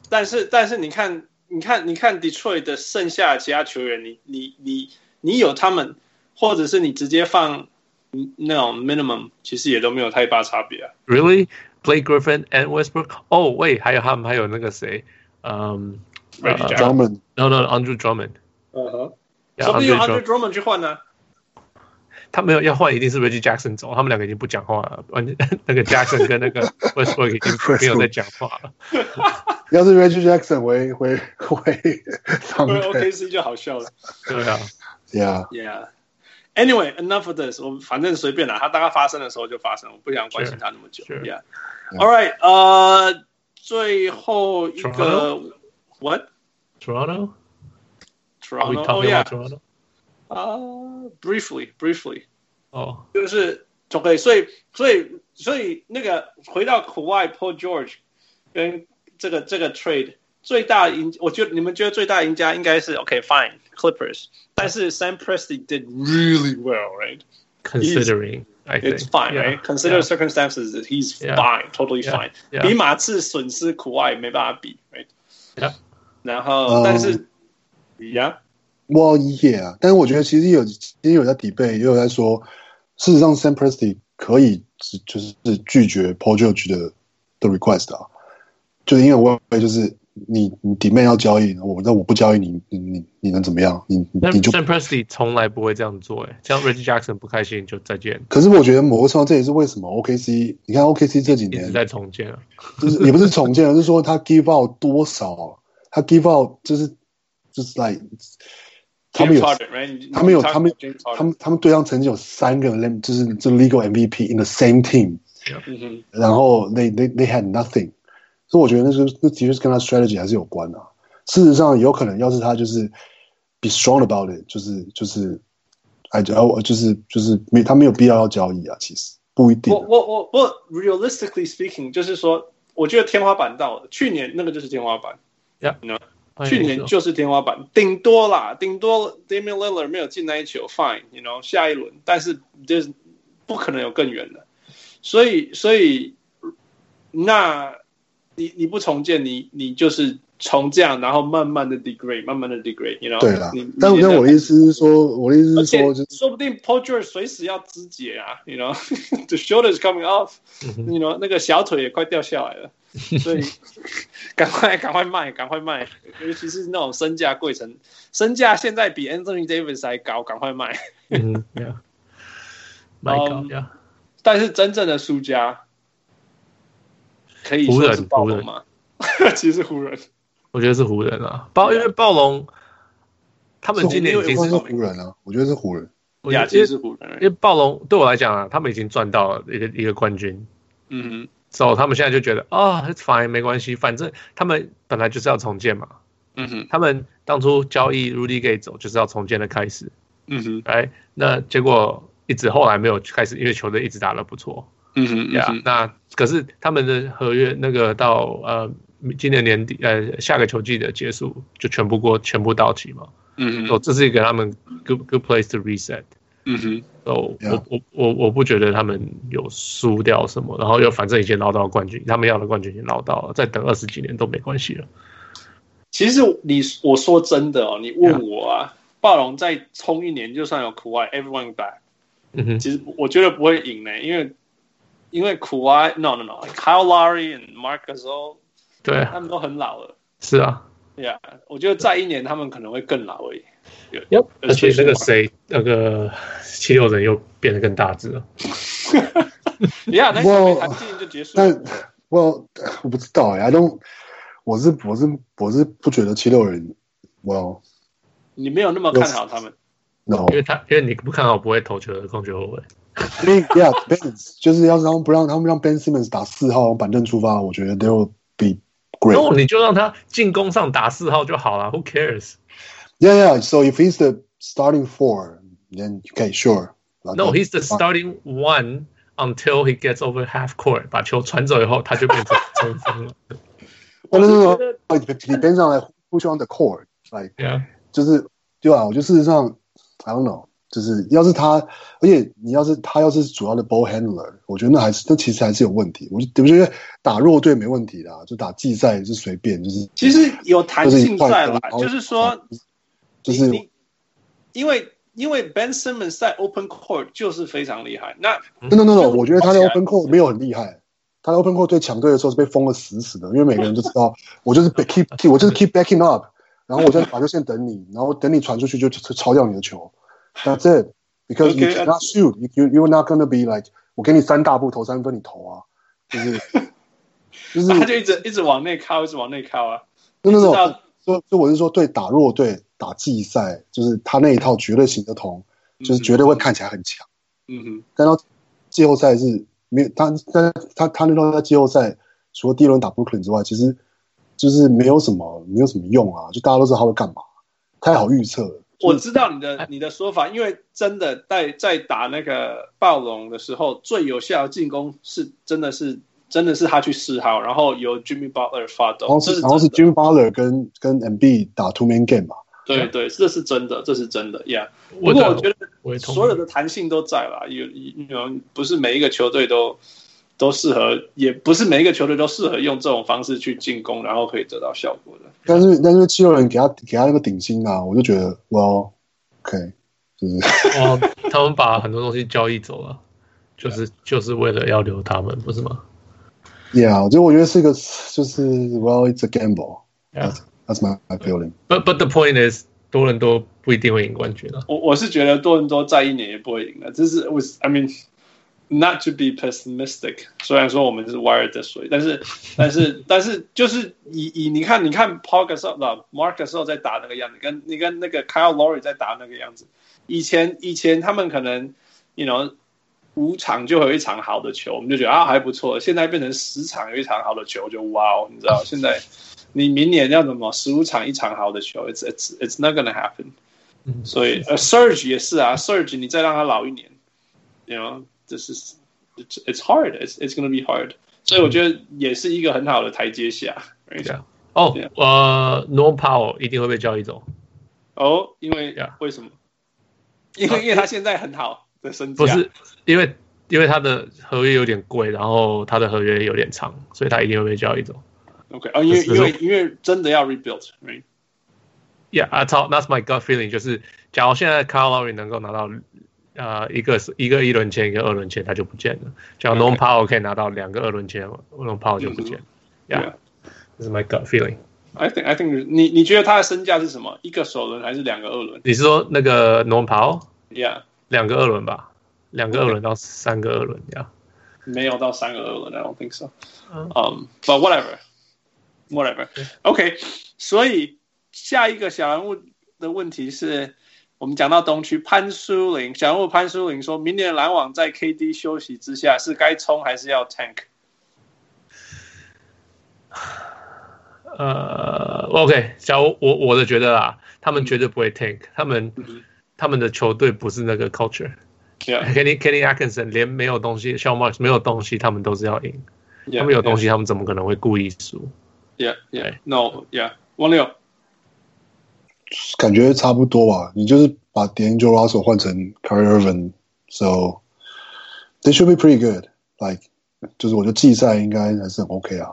Speaker 3: 但是但是你看，你看，你看 Detroit 的剩下的其他球员，你你你你有他们，或者是你直接放嗯那种 minimum，其实也都没有太大差别啊。
Speaker 1: really Blake Griffin and Westbrook. Oh wait, 还有他们还有那个谁，嗯、um,
Speaker 3: Reggie
Speaker 1: Uh,
Speaker 3: Jackson，
Speaker 2: Drummond
Speaker 1: no no Andrew Drummond.
Speaker 3: 嗯哼，
Speaker 1: Yeah,
Speaker 3: 说不定
Speaker 1: Andre
Speaker 3: Andre
Speaker 1: Drummond.
Speaker 3: Drummond 去换啊呢。
Speaker 1: 他没有要换，一定是 Reggie Jackson 走，他们两个已经不讲话了。完， 那个 Jackson 跟那个 Westbrook 已经没有在讲话了。
Speaker 2: 要是 Reggie Jackson 回 回回上
Speaker 3: 回
Speaker 2: 队
Speaker 3: OKC 就好笑了。
Speaker 1: 对啊，
Speaker 2: ，Yeah，
Speaker 3: Yeah。Anyway, enough of this. 我反正随便啦，它大概发生的时候就发生，我不想关心它那么久。
Speaker 1: Sure, sure.
Speaker 3: Yeah. All right. 呃，最后一个
Speaker 1: Toronto?
Speaker 3: What
Speaker 1: Toronto，Are we
Speaker 3: Toronto? Oh
Speaker 1: talking
Speaker 3: yeah.
Speaker 1: about Toronto？
Speaker 3: 呃 briefly, briefly.
Speaker 1: 哦，
Speaker 3: 就是总可以，所以所以所以那个回到国外 Paul George 跟这个这个 trade 最大赢，我觉得你们觉得最大赢家应该是 OK fine Clippers，但是 Sam Presti did really well right
Speaker 1: considering I think
Speaker 3: it's fine
Speaker 1: yeah,
Speaker 3: right consider
Speaker 1: yeah,
Speaker 3: circumstances that he's
Speaker 1: Yeah.
Speaker 3: fine totally
Speaker 1: Yeah.
Speaker 3: fine，
Speaker 1: yeah.
Speaker 3: 比马刺损失苦外没办法比 right
Speaker 1: Yeah.
Speaker 3: 然后但是一样
Speaker 2: well yeah，但是我觉得其实有今天有在 debate，也有在说，事实上 Sam Presti 可以只就是拒绝 Paul George 的的 request 啊，就是因为我也就是你你 demand 要交易，我那我不交易你你你你能怎么样？你你
Speaker 1: 但
Speaker 2: 你就
Speaker 1: Sam Presti 从来不会这样做，哎，像 Reggie Jackson 不开心就再见，
Speaker 2: 可是我觉得某个程度这也是为什么 OKC，你看 OKC 这几
Speaker 1: 一直
Speaker 2: 年
Speaker 1: 在重建啊。
Speaker 2: 就是也不是重建，而是说他 give out 多少，他 give out 就是就是 like 他们
Speaker 3: James
Speaker 2: 有
Speaker 3: Harden right
Speaker 2: 他们有
Speaker 3: You talk
Speaker 2: 他们
Speaker 3: about James Harden
Speaker 2: 他们他们队上曾经有三个 lem- 就是就是 legal MVP in the same team，
Speaker 3: 嗯哼
Speaker 2: 然后 they they they had nothing，所以我觉得那是那的确是跟他 strategy 还是有关的、事实上，有可能要是他就是 be strong about it，就是就是哎就哦就是就是没他没有必要要交易啊，其实不一定
Speaker 3: 我。我我我，realistically speaking，就是说，我觉得天花板到了，去年那个就是天花板，
Speaker 2: 哎
Speaker 3: 去年就是天花板，顶多啦，顶多 Damian Lillard 没有进那一球，fine，you know，下一轮，但是这不可能有更远的，所以所以那你你不重建，你你就是从这样，然后慢慢的 degrade，慢慢的 degrade，you know，
Speaker 2: 对啦
Speaker 3: 你，
Speaker 2: 但
Speaker 3: 你
Speaker 2: 但我的意思是说，我的意思
Speaker 3: 而
Speaker 2: 是
Speaker 3: 且
Speaker 2: 说，就是
Speaker 3: 说不定 Paul George 随时要肢解啊，you know，the shoulder is coming off。
Speaker 1: 嗯哼
Speaker 3: 你 know 那个小腿也快掉下来了，所以赶快赶快卖，赶快卖，尤其是那种身价贵成，身价现在比 Anthony Davis 还高，赶快卖。
Speaker 1: 嗯哼，Yeah。My
Speaker 3: Um,
Speaker 1: God, yeah.
Speaker 3: 但是真正的输家，可以
Speaker 1: 湖
Speaker 3: 说
Speaker 1: 人
Speaker 3: 是暴
Speaker 1: 湖
Speaker 3: 龙
Speaker 1: 人
Speaker 3: 吗？其实湖人，
Speaker 1: 我觉得是湖人啊，暴因为暴龙，他们今年已经
Speaker 2: 是
Speaker 1: 是
Speaker 2: 湖人啊，我觉得是湖人。
Speaker 1: 我觉
Speaker 3: 亚
Speaker 1: 得
Speaker 3: 季是湖人
Speaker 1: 因为
Speaker 3: 人，
Speaker 1: 暴龙对我来讲啊，他们已经赚到了一个一个冠军，
Speaker 3: 嗯
Speaker 1: 所、so, 以他们现在就觉得啊、i t s fine，没关系，反正他们本来就是要重建嘛。
Speaker 3: 哼，嗯哼，
Speaker 1: 他们当初交易 Rudy Gay 走就是要重建的开始，
Speaker 3: 嗯哼，
Speaker 1: 哎，那结果一直后来没有开始，因为球队一直打得不错，
Speaker 3: 嗯哼，
Speaker 1: 对
Speaker 3: 嗯
Speaker 1: 啊、
Speaker 3: 哼，
Speaker 1: 那可是他们的合约那个到呃今年年底呃下个球季的结束就全部过全部到期嘛，
Speaker 3: 嗯
Speaker 1: 哦、
Speaker 3: 哼，
Speaker 1: 这是一个他们 good good place to reset。
Speaker 3: 嗯哼，
Speaker 1: 哦，
Speaker 2: Yeah.
Speaker 1: 我我我我不觉得他们有输掉什么，然后又反正已经捞到冠军，他们要的冠军已经捞到了，再等二十几年都没关系了。
Speaker 3: 其实你我说真的哦，你问我啊，暴龙再冲一年，就算有苦外，everyone back，
Speaker 1: 嗯哼，
Speaker 3: 其实我觉得不会赢呢，因为因为苦外，no no no，Kyle Lowry and Marc Gasol，
Speaker 1: 对啊，
Speaker 3: 他们都很老了。
Speaker 1: 是啊，
Speaker 3: Yeah，我觉得再一年他们可能会更老而已。
Speaker 1: y
Speaker 3: 而
Speaker 1: 而
Speaker 3: 且
Speaker 1: 且那
Speaker 3: 那个
Speaker 1: 个
Speaker 3: 谁
Speaker 1: 谁，那个七六人又变得更大只了。
Speaker 3: Yeah，那
Speaker 2: 哇
Speaker 3: 小没谈进就结束
Speaker 2: 但
Speaker 3: 了。
Speaker 2: well 我不知道哎、i don't，我是我是我是不觉得七六人，well
Speaker 3: 你没有那么看好他们。
Speaker 2: no，
Speaker 3: 哦
Speaker 1: 因为他因为你不看好不会投球的控球后卫，
Speaker 2: I mean yeah Ben 就是要是他们不让他们让 Ben Simmons 打四号板凳出发，我觉得 they will be
Speaker 1: 然
Speaker 2: great。
Speaker 1: 后你就让他进攻上打四号就好了，Who cares？
Speaker 2: Yeah yeah, so if he's the starting four, then okay sure.
Speaker 3: 啊
Speaker 1: No, he's the
Speaker 2: fine.
Speaker 1: starting one until he gets over half court，把球传走以后，他就变成中锋了。
Speaker 2: 哦
Speaker 3: 我是
Speaker 2: no
Speaker 3: 觉
Speaker 2: no
Speaker 3: 得
Speaker 2: no，你边上来互相的 core like。
Speaker 1: 对啊，
Speaker 2: 就是对啊吧、我就事实上，I don't know，就是要是他，而且你要是他要是主要的 ball handler，我觉得那还是那其实还是有问题。我就我觉得打弱队没问题的啊、就打季赛是随便，就是
Speaker 3: 其实有弹性在啦，
Speaker 2: 就是
Speaker 3: 就是说，
Speaker 2: 就
Speaker 3: 你
Speaker 2: 是
Speaker 3: 你因为因为 Ben Simmons 在 Open Court 就是非常厉害。那
Speaker 2: no no no，no，
Speaker 3: 就
Speaker 2: 我觉得他的
Speaker 3: 跑起来
Speaker 2: open court 没有很厉害。他的 open court 对强队的时候是被封的死死的，因为每个人都知道，我就是 be- keep keep，我就是 keep backing up，然后我在罚球线等你，然后等你传出去就就就抄掉你的球。That's it. Because you
Speaker 3: Okay, 呃
Speaker 2: cannot shoot, you you you're not gonna be like 我给你三大步投三分，你投啊，就是 就是
Speaker 3: 他就一直一直往内靠，一直往内靠啊。
Speaker 2: no
Speaker 3: 一
Speaker 2: no
Speaker 3: 直
Speaker 2: no，
Speaker 3: 到
Speaker 2: 所以所以我是说，对打弱队打季赛，就是他那一套绝对行得通，就是绝对会看起来很强。
Speaker 3: 嗯哼，
Speaker 2: 但到季后赛是没有他，但他他那时候在季后赛，除了第一轮打 Brooklyn 之外，其实就是没有什么没有什么用啊，就大家都知道他会干嘛，太好预测了。
Speaker 3: 我知道你的你的说法，因为真的在在打那个暴龙的时候，最有效的进攻是真的是真的是他去四号，然后由 Jimmy Butler 发
Speaker 2: 然后
Speaker 3: 动，这
Speaker 2: 是
Speaker 3: 是
Speaker 2: 然后是
Speaker 3: 真的
Speaker 2: Jimmy Butler 跟跟 MB 打 two man game 嘛，
Speaker 3: 对对，这是真的，这是真的，Yeah。
Speaker 1: 我
Speaker 3: 不过我觉得
Speaker 1: 我也同意
Speaker 3: 所有的弹性都在啦，有有不是每一个球队都都适合，也不是每一个球队都适合用这种方式去进攻，然后可以得到效果的。
Speaker 2: 但是但是七六人给他给他那个顶薪啊，我就觉得 Well OK，就是
Speaker 1: 哦，他们把很多东西交易走了，就是就是为了要留他们，不是吗
Speaker 2: Yeah，就我觉得是一个就是 Well it's a gamble。
Speaker 1: Yeah.
Speaker 2: That's my my feeling.
Speaker 1: But but the point is，多伦多不一定会赢冠军啊。
Speaker 3: 我我是觉得多伦多再一年也不会赢的，这是我 I mean not to be pessimistic，虽然说我们是 wired this way，但是但是但是就是以以你看你看 Paul Gasol 啊 Mark Gasol 在打那个样子，跟你跟那个 Kyle Lowry 在打那个样子，以前以前他们可能 you know 五场就会有一场好的球，我们就觉得啊还不错，现在变成十场有一场好的球就哇哦，你知道现在。你明年要怎么十五场一场好的球？It's it's it's not gonna happen。
Speaker 1: 嗯
Speaker 3: 所以呃，Surge 也是啊，Surge 你再让他老一年，you know，这是 it's it's hard, it's it's gonna be hard。所以我觉得也是一个很好的台阶下。
Speaker 1: 对啊。哦
Speaker 3: Yeah.，
Speaker 1: 呃，No Power 一定会被交易走，
Speaker 3: 哦，因为
Speaker 1: Yeah. 啊
Speaker 3: 为什么？因为因为他现在很好的身价，
Speaker 1: 不是因为因为他的合约有点贵，然后他的合约有点长，所以他一定会被交易走。
Speaker 3: OK 哦，因为
Speaker 1: 不是
Speaker 3: 因为因为真的要 rebuild，right？
Speaker 1: Yeah, that's how, that's my gut feeling，就是假如现在 Kyle Lowry 能够拿到呃一个一个一轮签，一个二轮签，他就不见了。假如 No
Speaker 3: Okay.
Speaker 1: Power 可以拿到两个二轮签，No Power 就不见了。Yeah，这是 my gut feeling。
Speaker 3: I think I think 你你觉得他的身价是什么？一个首轮还是两个二轮
Speaker 1: 你是说那个 No Power？
Speaker 3: ？Yeah，
Speaker 1: 两个二轮吧，两个二轮到三个二轮这样。
Speaker 3: 没有到三个二轮，I don't think so。
Speaker 1: 嗯
Speaker 3: 嗯，but whatever, whatever. OK，所以下一个小人物的问题是，我们讲到东区，潘书林，小人物潘书林说明年篮网在 KD 休息之下是该冲还是要 tank？
Speaker 1: 呃，OK，小我我我的觉得啦，他们绝对不会 tank，他们他们的球队不是那个 culture。
Speaker 3: Yeah,
Speaker 1: Kenny Kenny Atkinson 连没有东西 s h a w Marks 没有东西，他们都是要赢。
Speaker 3: yeah,
Speaker 1: 他们有东西，他们怎么可能会故意输？
Speaker 3: Yeah, yeah,
Speaker 1: 对
Speaker 3: no, yeah，王六
Speaker 2: 感觉差不多吧。你就是把 D'Angelo Russell 换成 c a r r y Irvin，so they should be pretty good。Like，就是我觉得季赛应该还是很 OK 啊。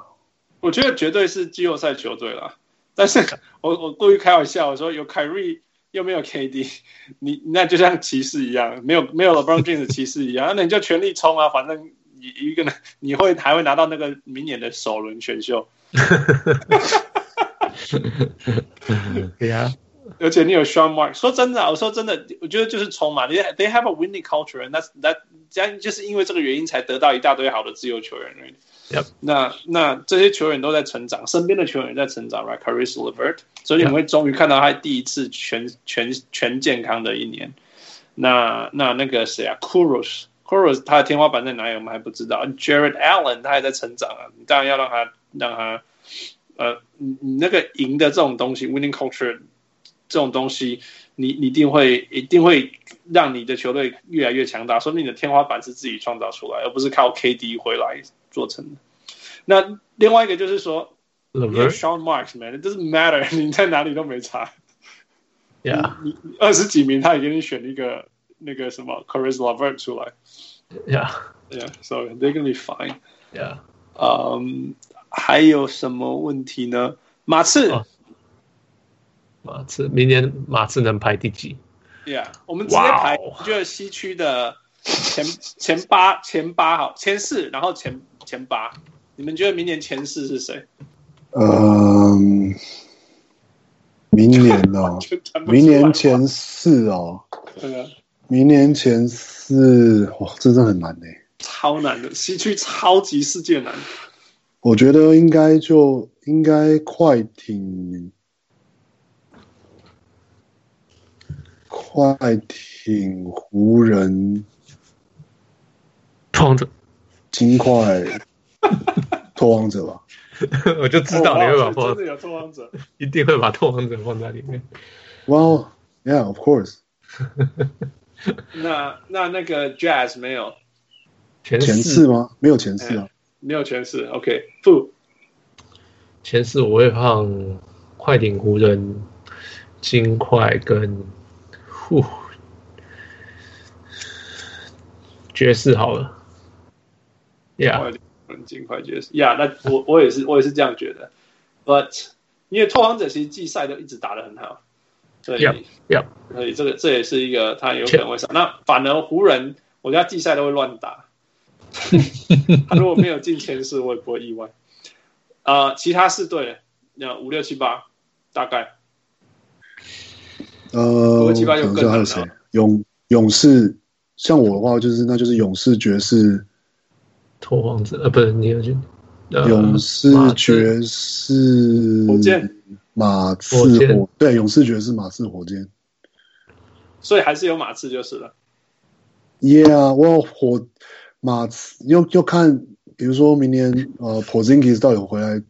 Speaker 3: 我觉得绝对是季后赛球队啦。 但是我我故意开玩笑，我说有凯瑞又没有 KD，你 那就像骑士一样，没有没有 LeBron James 的骑士一样，那 你就全力冲啊，反正你一个人你会还会拿到那个明年的首轮选秀，
Speaker 1: 对呀、
Speaker 3: 而且你有 Sean Mark。说真的啊，我说真的，我觉得就是冲嘛，they they have a winning culture，and that's that 这样就是因为这个原因才得到一大堆好的自由球员。
Speaker 1: Yep
Speaker 3: 那那这些球员都在成长，身边的球员也在成长，right? Caris Levert，所以你们会终于看到他第一次全全全健康的一年。那那那个谁啊，Kuros，Kuros 他的天花板在哪里？我们还不知道。Jared Allen 他还在成长啊，你当然要让他让他呃，你你那个赢的这种东西，winning culture 这种东西，你你一定会一定会让你的球队越来越强大，说明你的天花板是自己创造出来，而不是靠 KD 回来做成的。那另外一个就是说
Speaker 1: l e v e r
Speaker 3: ，Sean Marks man，it doesn't matter，你 在哪里都没差。
Speaker 1: yeah
Speaker 3: 你你二十几名，他已经选一个那个什么 Caris Levert 出来
Speaker 1: yeah
Speaker 3: ，yeah，so they're gonna be fine。
Speaker 1: yeah，
Speaker 3: 嗯，还有什么问题呢？马刺、
Speaker 1: 哦马刺明年马刺能排第几？
Speaker 3: Yeah，我们直接排
Speaker 1: 哇哦，
Speaker 3: 就是西区的前前八前八好，前四，然后前前八。你们觉得明年前四是谁？，
Speaker 2: 嗯，明年哦
Speaker 3: 就谈不出来
Speaker 2: 明年前四哦，
Speaker 3: 对啊，
Speaker 2: 明年前四，哇，这真的很难呢。欸
Speaker 3: 超难的，西区超级世界难。
Speaker 2: 我觉得应该就应该快艇，快艇、湖人、
Speaker 1: 碰着
Speaker 2: 金块、拓荒者吧。
Speaker 1: 我就知道你会把
Speaker 3: 哦哇
Speaker 1: 拓
Speaker 3: 真的有拓荒者。
Speaker 1: 一定会把拓荒者放在里面。
Speaker 2: Well, yeah, of course，
Speaker 3: 那那那个 Jazz 没有
Speaker 1: 前
Speaker 2: 前
Speaker 1: 四
Speaker 2: 四吗？没有前四啊。
Speaker 3: 没有前四，OK，不
Speaker 1: 前四我会放快艇、湖人、金块跟呼爵士好了。Yeah，
Speaker 3: 快点，尽快结束。Yeah，那我我也是我也是这样觉得。But 因为拓荒者其实季赛都一直打得很好，所以
Speaker 1: Yep, yep.
Speaker 3: 所以这个这也是一个他有可能会上。那反而湖人，我觉得他季赛都会乱打。他如果没有进前四，我也不会意外。呃，其他四队那五六七八大概
Speaker 2: 呃，
Speaker 3: 我
Speaker 2: 我
Speaker 3: 七八就
Speaker 2: 想
Speaker 3: 更
Speaker 2: 知道还
Speaker 3: 难
Speaker 2: 有
Speaker 3: 了
Speaker 2: 谁？勇勇士，像我的话就是那就是勇士、爵士、
Speaker 1: 拓荒者呃不是你有去呃
Speaker 2: 勇士
Speaker 1: 马、刺
Speaker 2: 爵士、
Speaker 3: 火箭，
Speaker 2: 马刺
Speaker 1: 火箭
Speaker 2: 火对勇士爵士马刺火箭
Speaker 3: 所以还是有马刺就是了。
Speaker 2: ，Yeah，我火马刺又又看，比如说明年呃 Porzingis 到底回来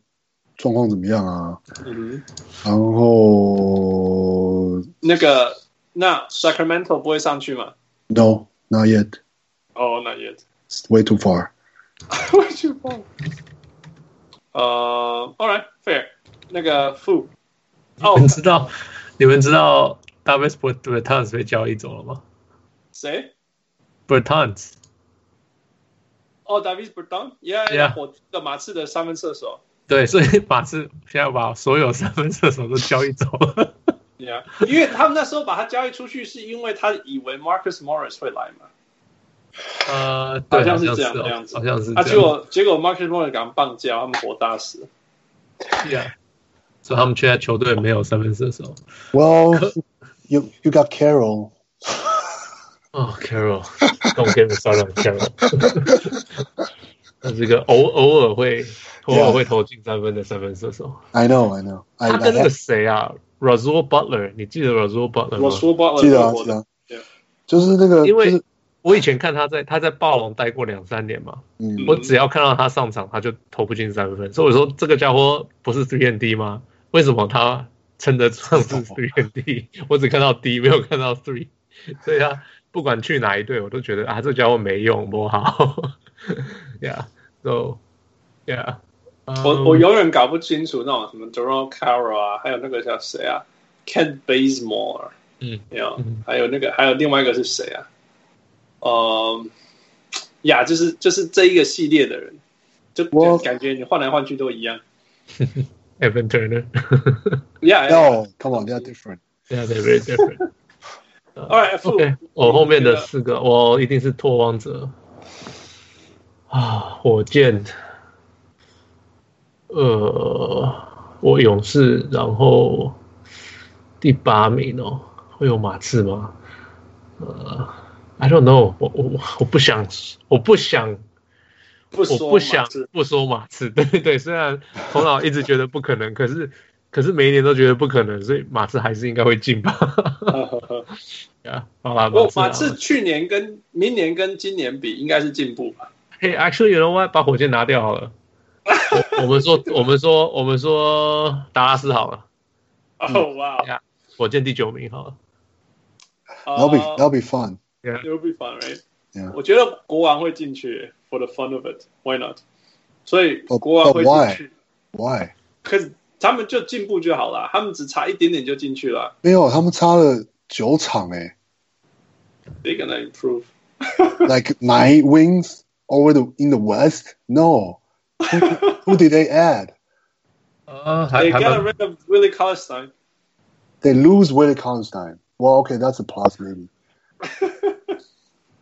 Speaker 2: 状况怎么样啊？
Speaker 3: 嗯，
Speaker 2: 然后
Speaker 3: 那个那 Sacramento 不会上去吗？
Speaker 2: No not yet
Speaker 3: 哦，那也
Speaker 2: it's way too far，
Speaker 3: 我去放。呃，All right, fair。那个 Fu，哦
Speaker 1: 你，们知道你们知道 Davis Bertans 被交易走了吗
Speaker 3: 谁？
Speaker 1: ？Bertans
Speaker 3: 哦，Davis Berton，Yeah，
Speaker 1: Yeah
Speaker 3: 火的马刺的三分射手
Speaker 1: 对，所以马刺现在把所有三分射手都交易走 了。
Speaker 3: ，Yeah，因为他们那时候把他交易出去，是因为他以为 Marcus Morris 会来嘛，
Speaker 1: 呃，对，
Speaker 3: 好像是
Speaker 1: 好
Speaker 3: 这样
Speaker 1: 哦
Speaker 3: 这样子
Speaker 1: 好像是这
Speaker 3: 啊，
Speaker 1: 样。
Speaker 3: 结果结果 Marcus Morris 给他们棒叫，他们活大死。
Speaker 1: Yeah，所以啊他们现在球队没有三分射手。
Speaker 2: Well you you got Carol
Speaker 1: 哦、c a r o l d o n t get me started on Carol 他是个偶偶尔会偶尔会投进三分的三分射手。
Speaker 2: I know, I know. I,
Speaker 1: 他
Speaker 2: I
Speaker 1: 跟那个
Speaker 2: have,
Speaker 1: 谁啊，Razul Butler，你记得 Razul Butler
Speaker 3: 我
Speaker 1: 吗？
Speaker 3: 说吧，
Speaker 2: 记得啊，
Speaker 3: 我
Speaker 2: 记得啊
Speaker 3: Yeah.，
Speaker 2: 就是那个，
Speaker 1: 因为
Speaker 2: 呃就是
Speaker 1: 我以前看他在他在暴龙待过两三年嘛，
Speaker 2: 嗯，
Speaker 1: 我只要看到他上场，他就投不进三分，所以我说这个家伙不是 three and D 吗？为什么他称得上是 three and D？我 只看到 D，没有看到 three，所以他不管去哪一队，我都觉得啊，这家伙没用，不好。Yeah，so yeah，嗯
Speaker 3: 我我永远搞不清楚那种什么 d e r o n Carroll 啊，还有那个叫谁啊，Kent Bazemore，
Speaker 1: 嗯
Speaker 3: 你知道，
Speaker 1: 嗯
Speaker 3: 还有那个还有另外一个是谁啊？呃，呀，就是就是这一个系列的人，就就
Speaker 2: 我
Speaker 3: 感觉你换来换去都一样。
Speaker 1: Evan Turner，
Speaker 3: Yeah, yeah.
Speaker 2: no, come on, they are different.
Speaker 1: yeah, they're very different。
Speaker 3: All right, Fu,
Speaker 1: OK，我后面的四个，我一定是拓荒者啊，火箭，呃，我勇士，然后第八名哦，会有马刺吗？呃，I don't know，我我我不想，我不想，
Speaker 3: 不说
Speaker 1: 我不想
Speaker 3: 马刺
Speaker 1: 不说马刺，对对对，虽然头脑一直觉得不可能，可是可是每一年都觉得不可能，所以马刺还是应该会进吧。啊，好啦，
Speaker 3: 不，
Speaker 1: 马
Speaker 3: 马
Speaker 1: 刺
Speaker 3: 刺
Speaker 1: 啊。
Speaker 3: 去年跟明年跟今年比，应该是进步吧？
Speaker 1: Hey, actually, you know what？把火箭拿掉好了。我我们说，我们说，我们说达拉斯好了，嗯
Speaker 3: 哦，哇
Speaker 1: Yeah，火箭第九名好了。
Speaker 2: That'll be
Speaker 1: uh,
Speaker 3: 呃
Speaker 2: that'll be fun.
Speaker 3: It'll be fun, right?
Speaker 2: Yeah.
Speaker 3: 我觉得国王会进去，for the fun of it, why not？所以
Speaker 2: But-
Speaker 3: 国王会
Speaker 2: but why？
Speaker 3: 进去，
Speaker 2: Why?
Speaker 3: 可是他们就进步就好了，他们只差一点点就进去了
Speaker 2: 没有，他们差了九场诶、
Speaker 3: ，they're gonna improve。
Speaker 2: like nine wins over the in the West. No, who, who did they add?
Speaker 1: 啊，还
Speaker 3: They
Speaker 1: 还
Speaker 3: got
Speaker 1: 蛮
Speaker 3: rid of Willie Collins.
Speaker 2: They lose Willie Constein. Well, okay, that's a plus maybe.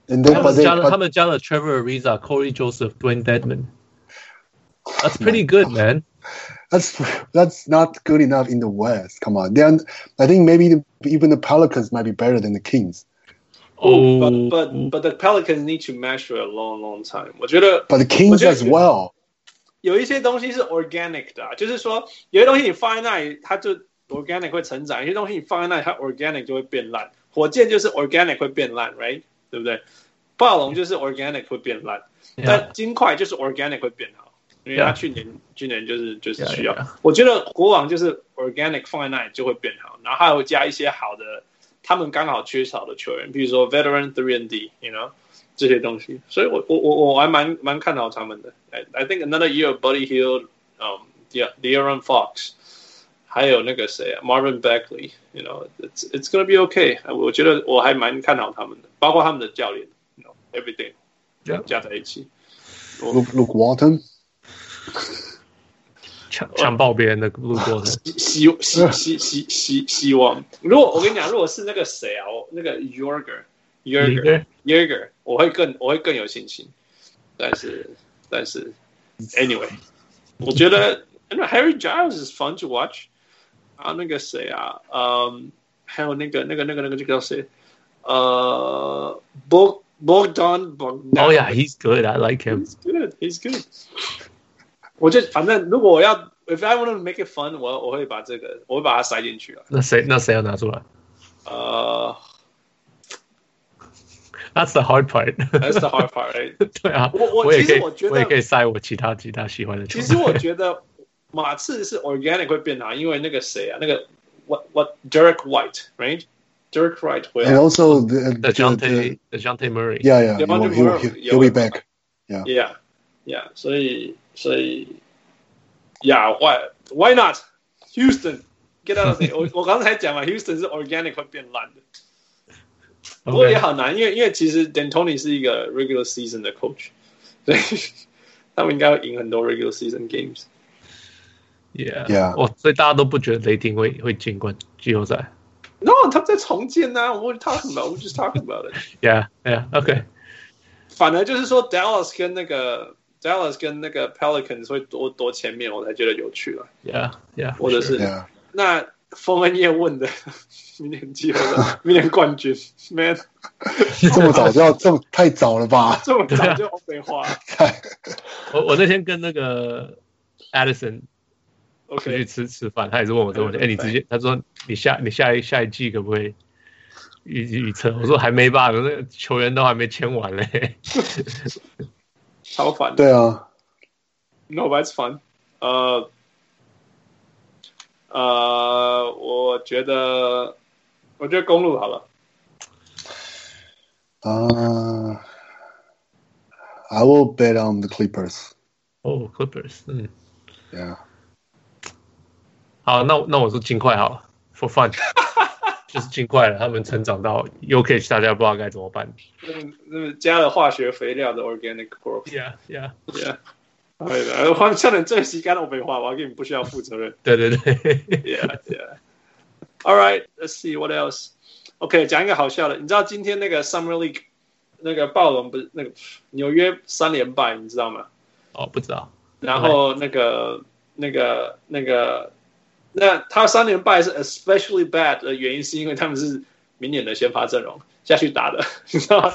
Speaker 2: And then,
Speaker 1: 他
Speaker 2: but
Speaker 1: 们
Speaker 2: they,
Speaker 1: 加了他
Speaker 2: but,
Speaker 1: 们加了 Trevor Ariza、Corey Joseph、Dwayne Dedman。That's pretty good, man.
Speaker 2: that's that's not good enough in the West. Come on, then I think maybe the, even the Pelicans might be better than the Kings.
Speaker 1: Oh,
Speaker 3: but but but the Pelicans need to measure a long long time。我觉得
Speaker 2: But the Kings
Speaker 3: Well,
Speaker 2: as
Speaker 3: yeah.
Speaker 2: well.
Speaker 3: 有一些东西是 organic 的啊、就是说有些东西你放在那里，它就 organic 会成长；有些东西你放在那里，它 organic 就会变烂。火箭就是 organic 会变烂，right？对不对？暴龙就是 organic 会变烂，
Speaker 1: yeah,
Speaker 3: 但金块就是 organic 会变好，因为它去年去年就是就是需要
Speaker 1: Yeah, yeah.。
Speaker 3: 我觉得国王就是 organic 放在那里就会变好，然后还有加一些好的，他们刚好缺少的球员，比如说 veteran three and D，you know 这些东西。所以我我我我还蛮蛮看好他们的。I I think another year of Buddy Hill，嗯、um,，De'Aaron Fox，还有那个谁啊，Marvin Beckley，you know，it's it's gonna be okay。我觉得我还蛮看好他们的，包括他们的教练，you know，everything
Speaker 1: Yeah.
Speaker 3: 加在一起。
Speaker 2: Luke, Luke Walton.
Speaker 1: 抢抢爆别人的路过的。
Speaker 3: 希希希希希希望。如果我跟你讲，如果是那个谁啊，我那个 Yorger Yorger
Speaker 1: Liger
Speaker 3: Yorger，我会更我会更有信心。但是但是，anyway，我觉得 I don't know, Harry Giles is fun to watch。啊，那个谁啊，嗯，还有那个那个那个那个那个叫谁？呃，Bog Bogdan Bogdan。
Speaker 1: Oh yeah, he's good. I like him.
Speaker 3: He's good. He's good. 我就反正如果我要，if I want to make it fun，我我会把这个，我会把它塞进去了。
Speaker 1: 那谁那谁要拿出来
Speaker 3: 呃、
Speaker 1: ？That's the hard part.
Speaker 3: t h a t s the hard part. Right?
Speaker 1: 对啊，
Speaker 3: 我我
Speaker 1: 也
Speaker 3: 其实
Speaker 1: 可以
Speaker 3: 我觉得
Speaker 1: 也可以塞我其他其他喜欢的球
Speaker 3: 其
Speaker 1: 员。
Speaker 3: 实我觉得马刺是 organic 会变好，因为那个谁啊，那个 what what Derek White，right？Derek White 回
Speaker 2: And
Speaker 3: 来
Speaker 2: also the, the,
Speaker 1: The
Speaker 2: the-
Speaker 1: Jante The Jante Murray。
Speaker 2: yeah, yeah, he
Speaker 3: Devontae
Speaker 2: will, he will,
Speaker 3: Murray,
Speaker 2: he'll be
Speaker 3: yeah.
Speaker 2: back.
Speaker 3: ，yeah yeah，所以所以，yeah，why why not Houston get out of there？我 我刚才讲嘛，Houston 是 organic 会变烂的。不过也
Speaker 1: OK，
Speaker 3: 好难，因为因为其实 D'Antoni 是一个 regular season 的 coach，所以他们应该会赢很多 regular season games。
Speaker 1: Yeah，, Oh,
Speaker 2: Yeah.
Speaker 1: 哇，所以大家都不觉得雷霆会会进冠季后赛
Speaker 3: No，他们在重建呢、啊、，We're talking about，we're just talking about it。
Speaker 1: ？Yeah，Yeah，OK，、
Speaker 3: 反而就是说 Dallas 跟那个 Dallas 跟那个 Pelicans 会多多前面，我才觉得有趣了。
Speaker 1: Yeah，Yeah，
Speaker 3: 或者是
Speaker 2: Yeah.
Speaker 3: 那封恩叶问的 明年季后赛，明年冠军，man，
Speaker 2: 这么 早就要这么太早了 吧？
Speaker 3: 这么早就欧北化
Speaker 2: 太
Speaker 1: 我 Oh, 我那天跟那个 Addison 出去
Speaker 3: ，OK，
Speaker 1: 吃吃饭，他也是问我这个问题。哎、
Speaker 3: 对
Speaker 1: 你直接他说你下你下一下一季可不可以预预测？我说还没吧，可是球员都还没签完嘞。
Speaker 3: 超烦的。
Speaker 2: 对啊，
Speaker 3: No, that's Uh, fun. 呃，呃，我觉得，我觉得公路好了。
Speaker 2: Uh, I will bet on the Clippers.
Speaker 1: 哦、c l i p p e r s 嗯，
Speaker 2: Yeah.
Speaker 1: 好，那我那我说尽快好了，for fun，就是尽快了。他们成长到 UK，大家不知道该怎么办。
Speaker 3: 那么，那么加了化学肥料的 organic growth。
Speaker 1: Yeah, yeah，
Speaker 3: Yeah. 对的，换下点这期干到废话，我要给你不需要负责任。
Speaker 1: 对对对，
Speaker 3: Yeah, yeah. All right, let's see what else. OK，讲一个好笑的，你知道今天那个 Summer League 那个暴龙不是那个纽约三连败，你知道吗？
Speaker 1: 哦，不知道，
Speaker 3: 然后那个那个那个，那他三连败是 especially bad 的原因，是因为他们是明年的先发阵容下去打的， 你知道吗？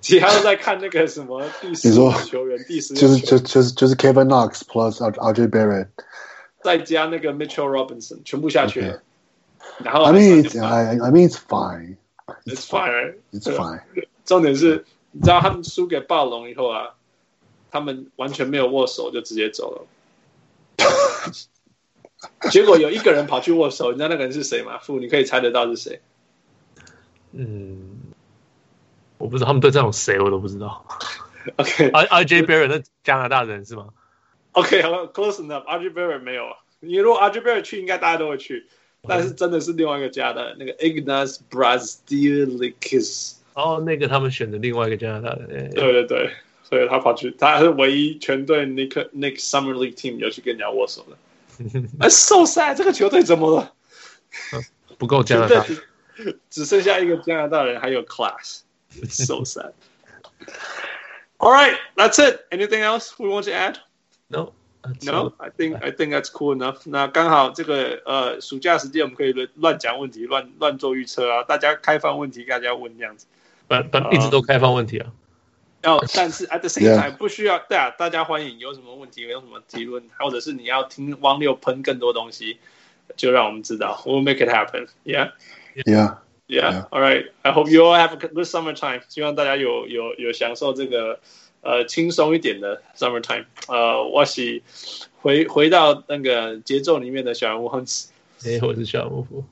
Speaker 3: 其他都在看那个什么第十
Speaker 2: 你
Speaker 3: 五
Speaker 2: 说
Speaker 3: 球员、第十六
Speaker 2: 就是
Speaker 3: 球
Speaker 2: 就
Speaker 3: 员，
Speaker 2: 就是就是 Kevin Knox plus RJ Barrett.
Speaker 3: 再加那个 Mitchell Robinson，全部下去了。然后
Speaker 2: I
Speaker 3: 还
Speaker 2: mean,
Speaker 3: 三
Speaker 2: it's,
Speaker 3: 连败
Speaker 2: I, I mean, it's fine.
Speaker 3: it's fine，
Speaker 2: It's
Speaker 3: 对
Speaker 2: fine.
Speaker 3: 重点是，你知道他们输给暴龙以后啊，他们完全没有握手就直接走了。结果有一个人跑去握手，你知道那个人是谁吗？傅，你可以猜得到是谁？
Speaker 1: 嗯，我不知道他们对这种谁我都不知道。啊
Speaker 3: OK
Speaker 1: R R J Barrett 那加拿大人是吗？
Speaker 3: OK，好，close enough。a r j b e r r 没有，你如果 a r j b e r r 去，应该大家都会去。但是真的是另外一个家的那个 Ignaz Brazdelikis，
Speaker 1: 哦，那个他们选的另外一个加拿大人，哎
Speaker 3: 对对对，所以他跑去，他是唯一全队 Nick Nick Summer League Team 有去跟人家握 手的。哎，so sad，这个球队怎么了？
Speaker 1: 不够加
Speaker 3: 全
Speaker 1: 拿
Speaker 3: 队
Speaker 1: 大。
Speaker 3: 只 只剩下一个加拿大人，还有 Class。So sad. All right, that's it. Anything else we want to add?
Speaker 1: No, 啊 that's
Speaker 3: No,
Speaker 1: all.
Speaker 3: I think I think that's cool enough. 那刚好这个呃暑假时间，我们可以乱乱讲问题，乱乱做预测啊，大家开放问题，大家问这样子。
Speaker 1: 本本一直都开放问题啊。
Speaker 3: 然后，但是 at the same
Speaker 2: Yeah.
Speaker 3: time 不需要，对啊，大家欢迎有什么问题，有什么提问，或者是你要听汪六喷更多东西，就让我们知道，We'll make it happen. Yeah.
Speaker 2: Yeah.
Speaker 3: Yeah,
Speaker 2: Yeah.
Speaker 3: all right. I hope you all have a good summertime. 希望大家有有有享受这个呃轻松一点的 summertime。呃，我是回回到那个节奏里面的小人物 Hans。
Speaker 1: 哎，我是小木夫。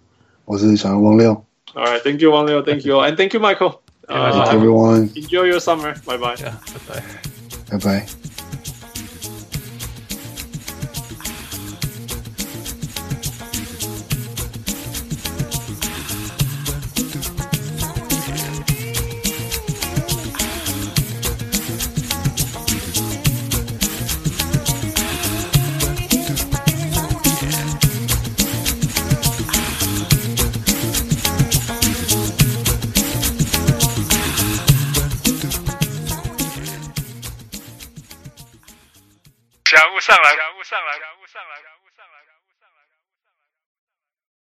Speaker 2: 我是小人王六。
Speaker 3: All right, thank you, Wang Liu. Thank you, all. and thank you, Michael.
Speaker 1: Yeah,
Speaker 2: Thank
Speaker 1: Uh,
Speaker 2: you,
Speaker 3: have-
Speaker 2: everyone.
Speaker 3: enjoy your summer. Bye bye.
Speaker 1: Yeah, bye bye.
Speaker 2: Bye bye.
Speaker 4: 小人物上来，小人物上来，小人物上来。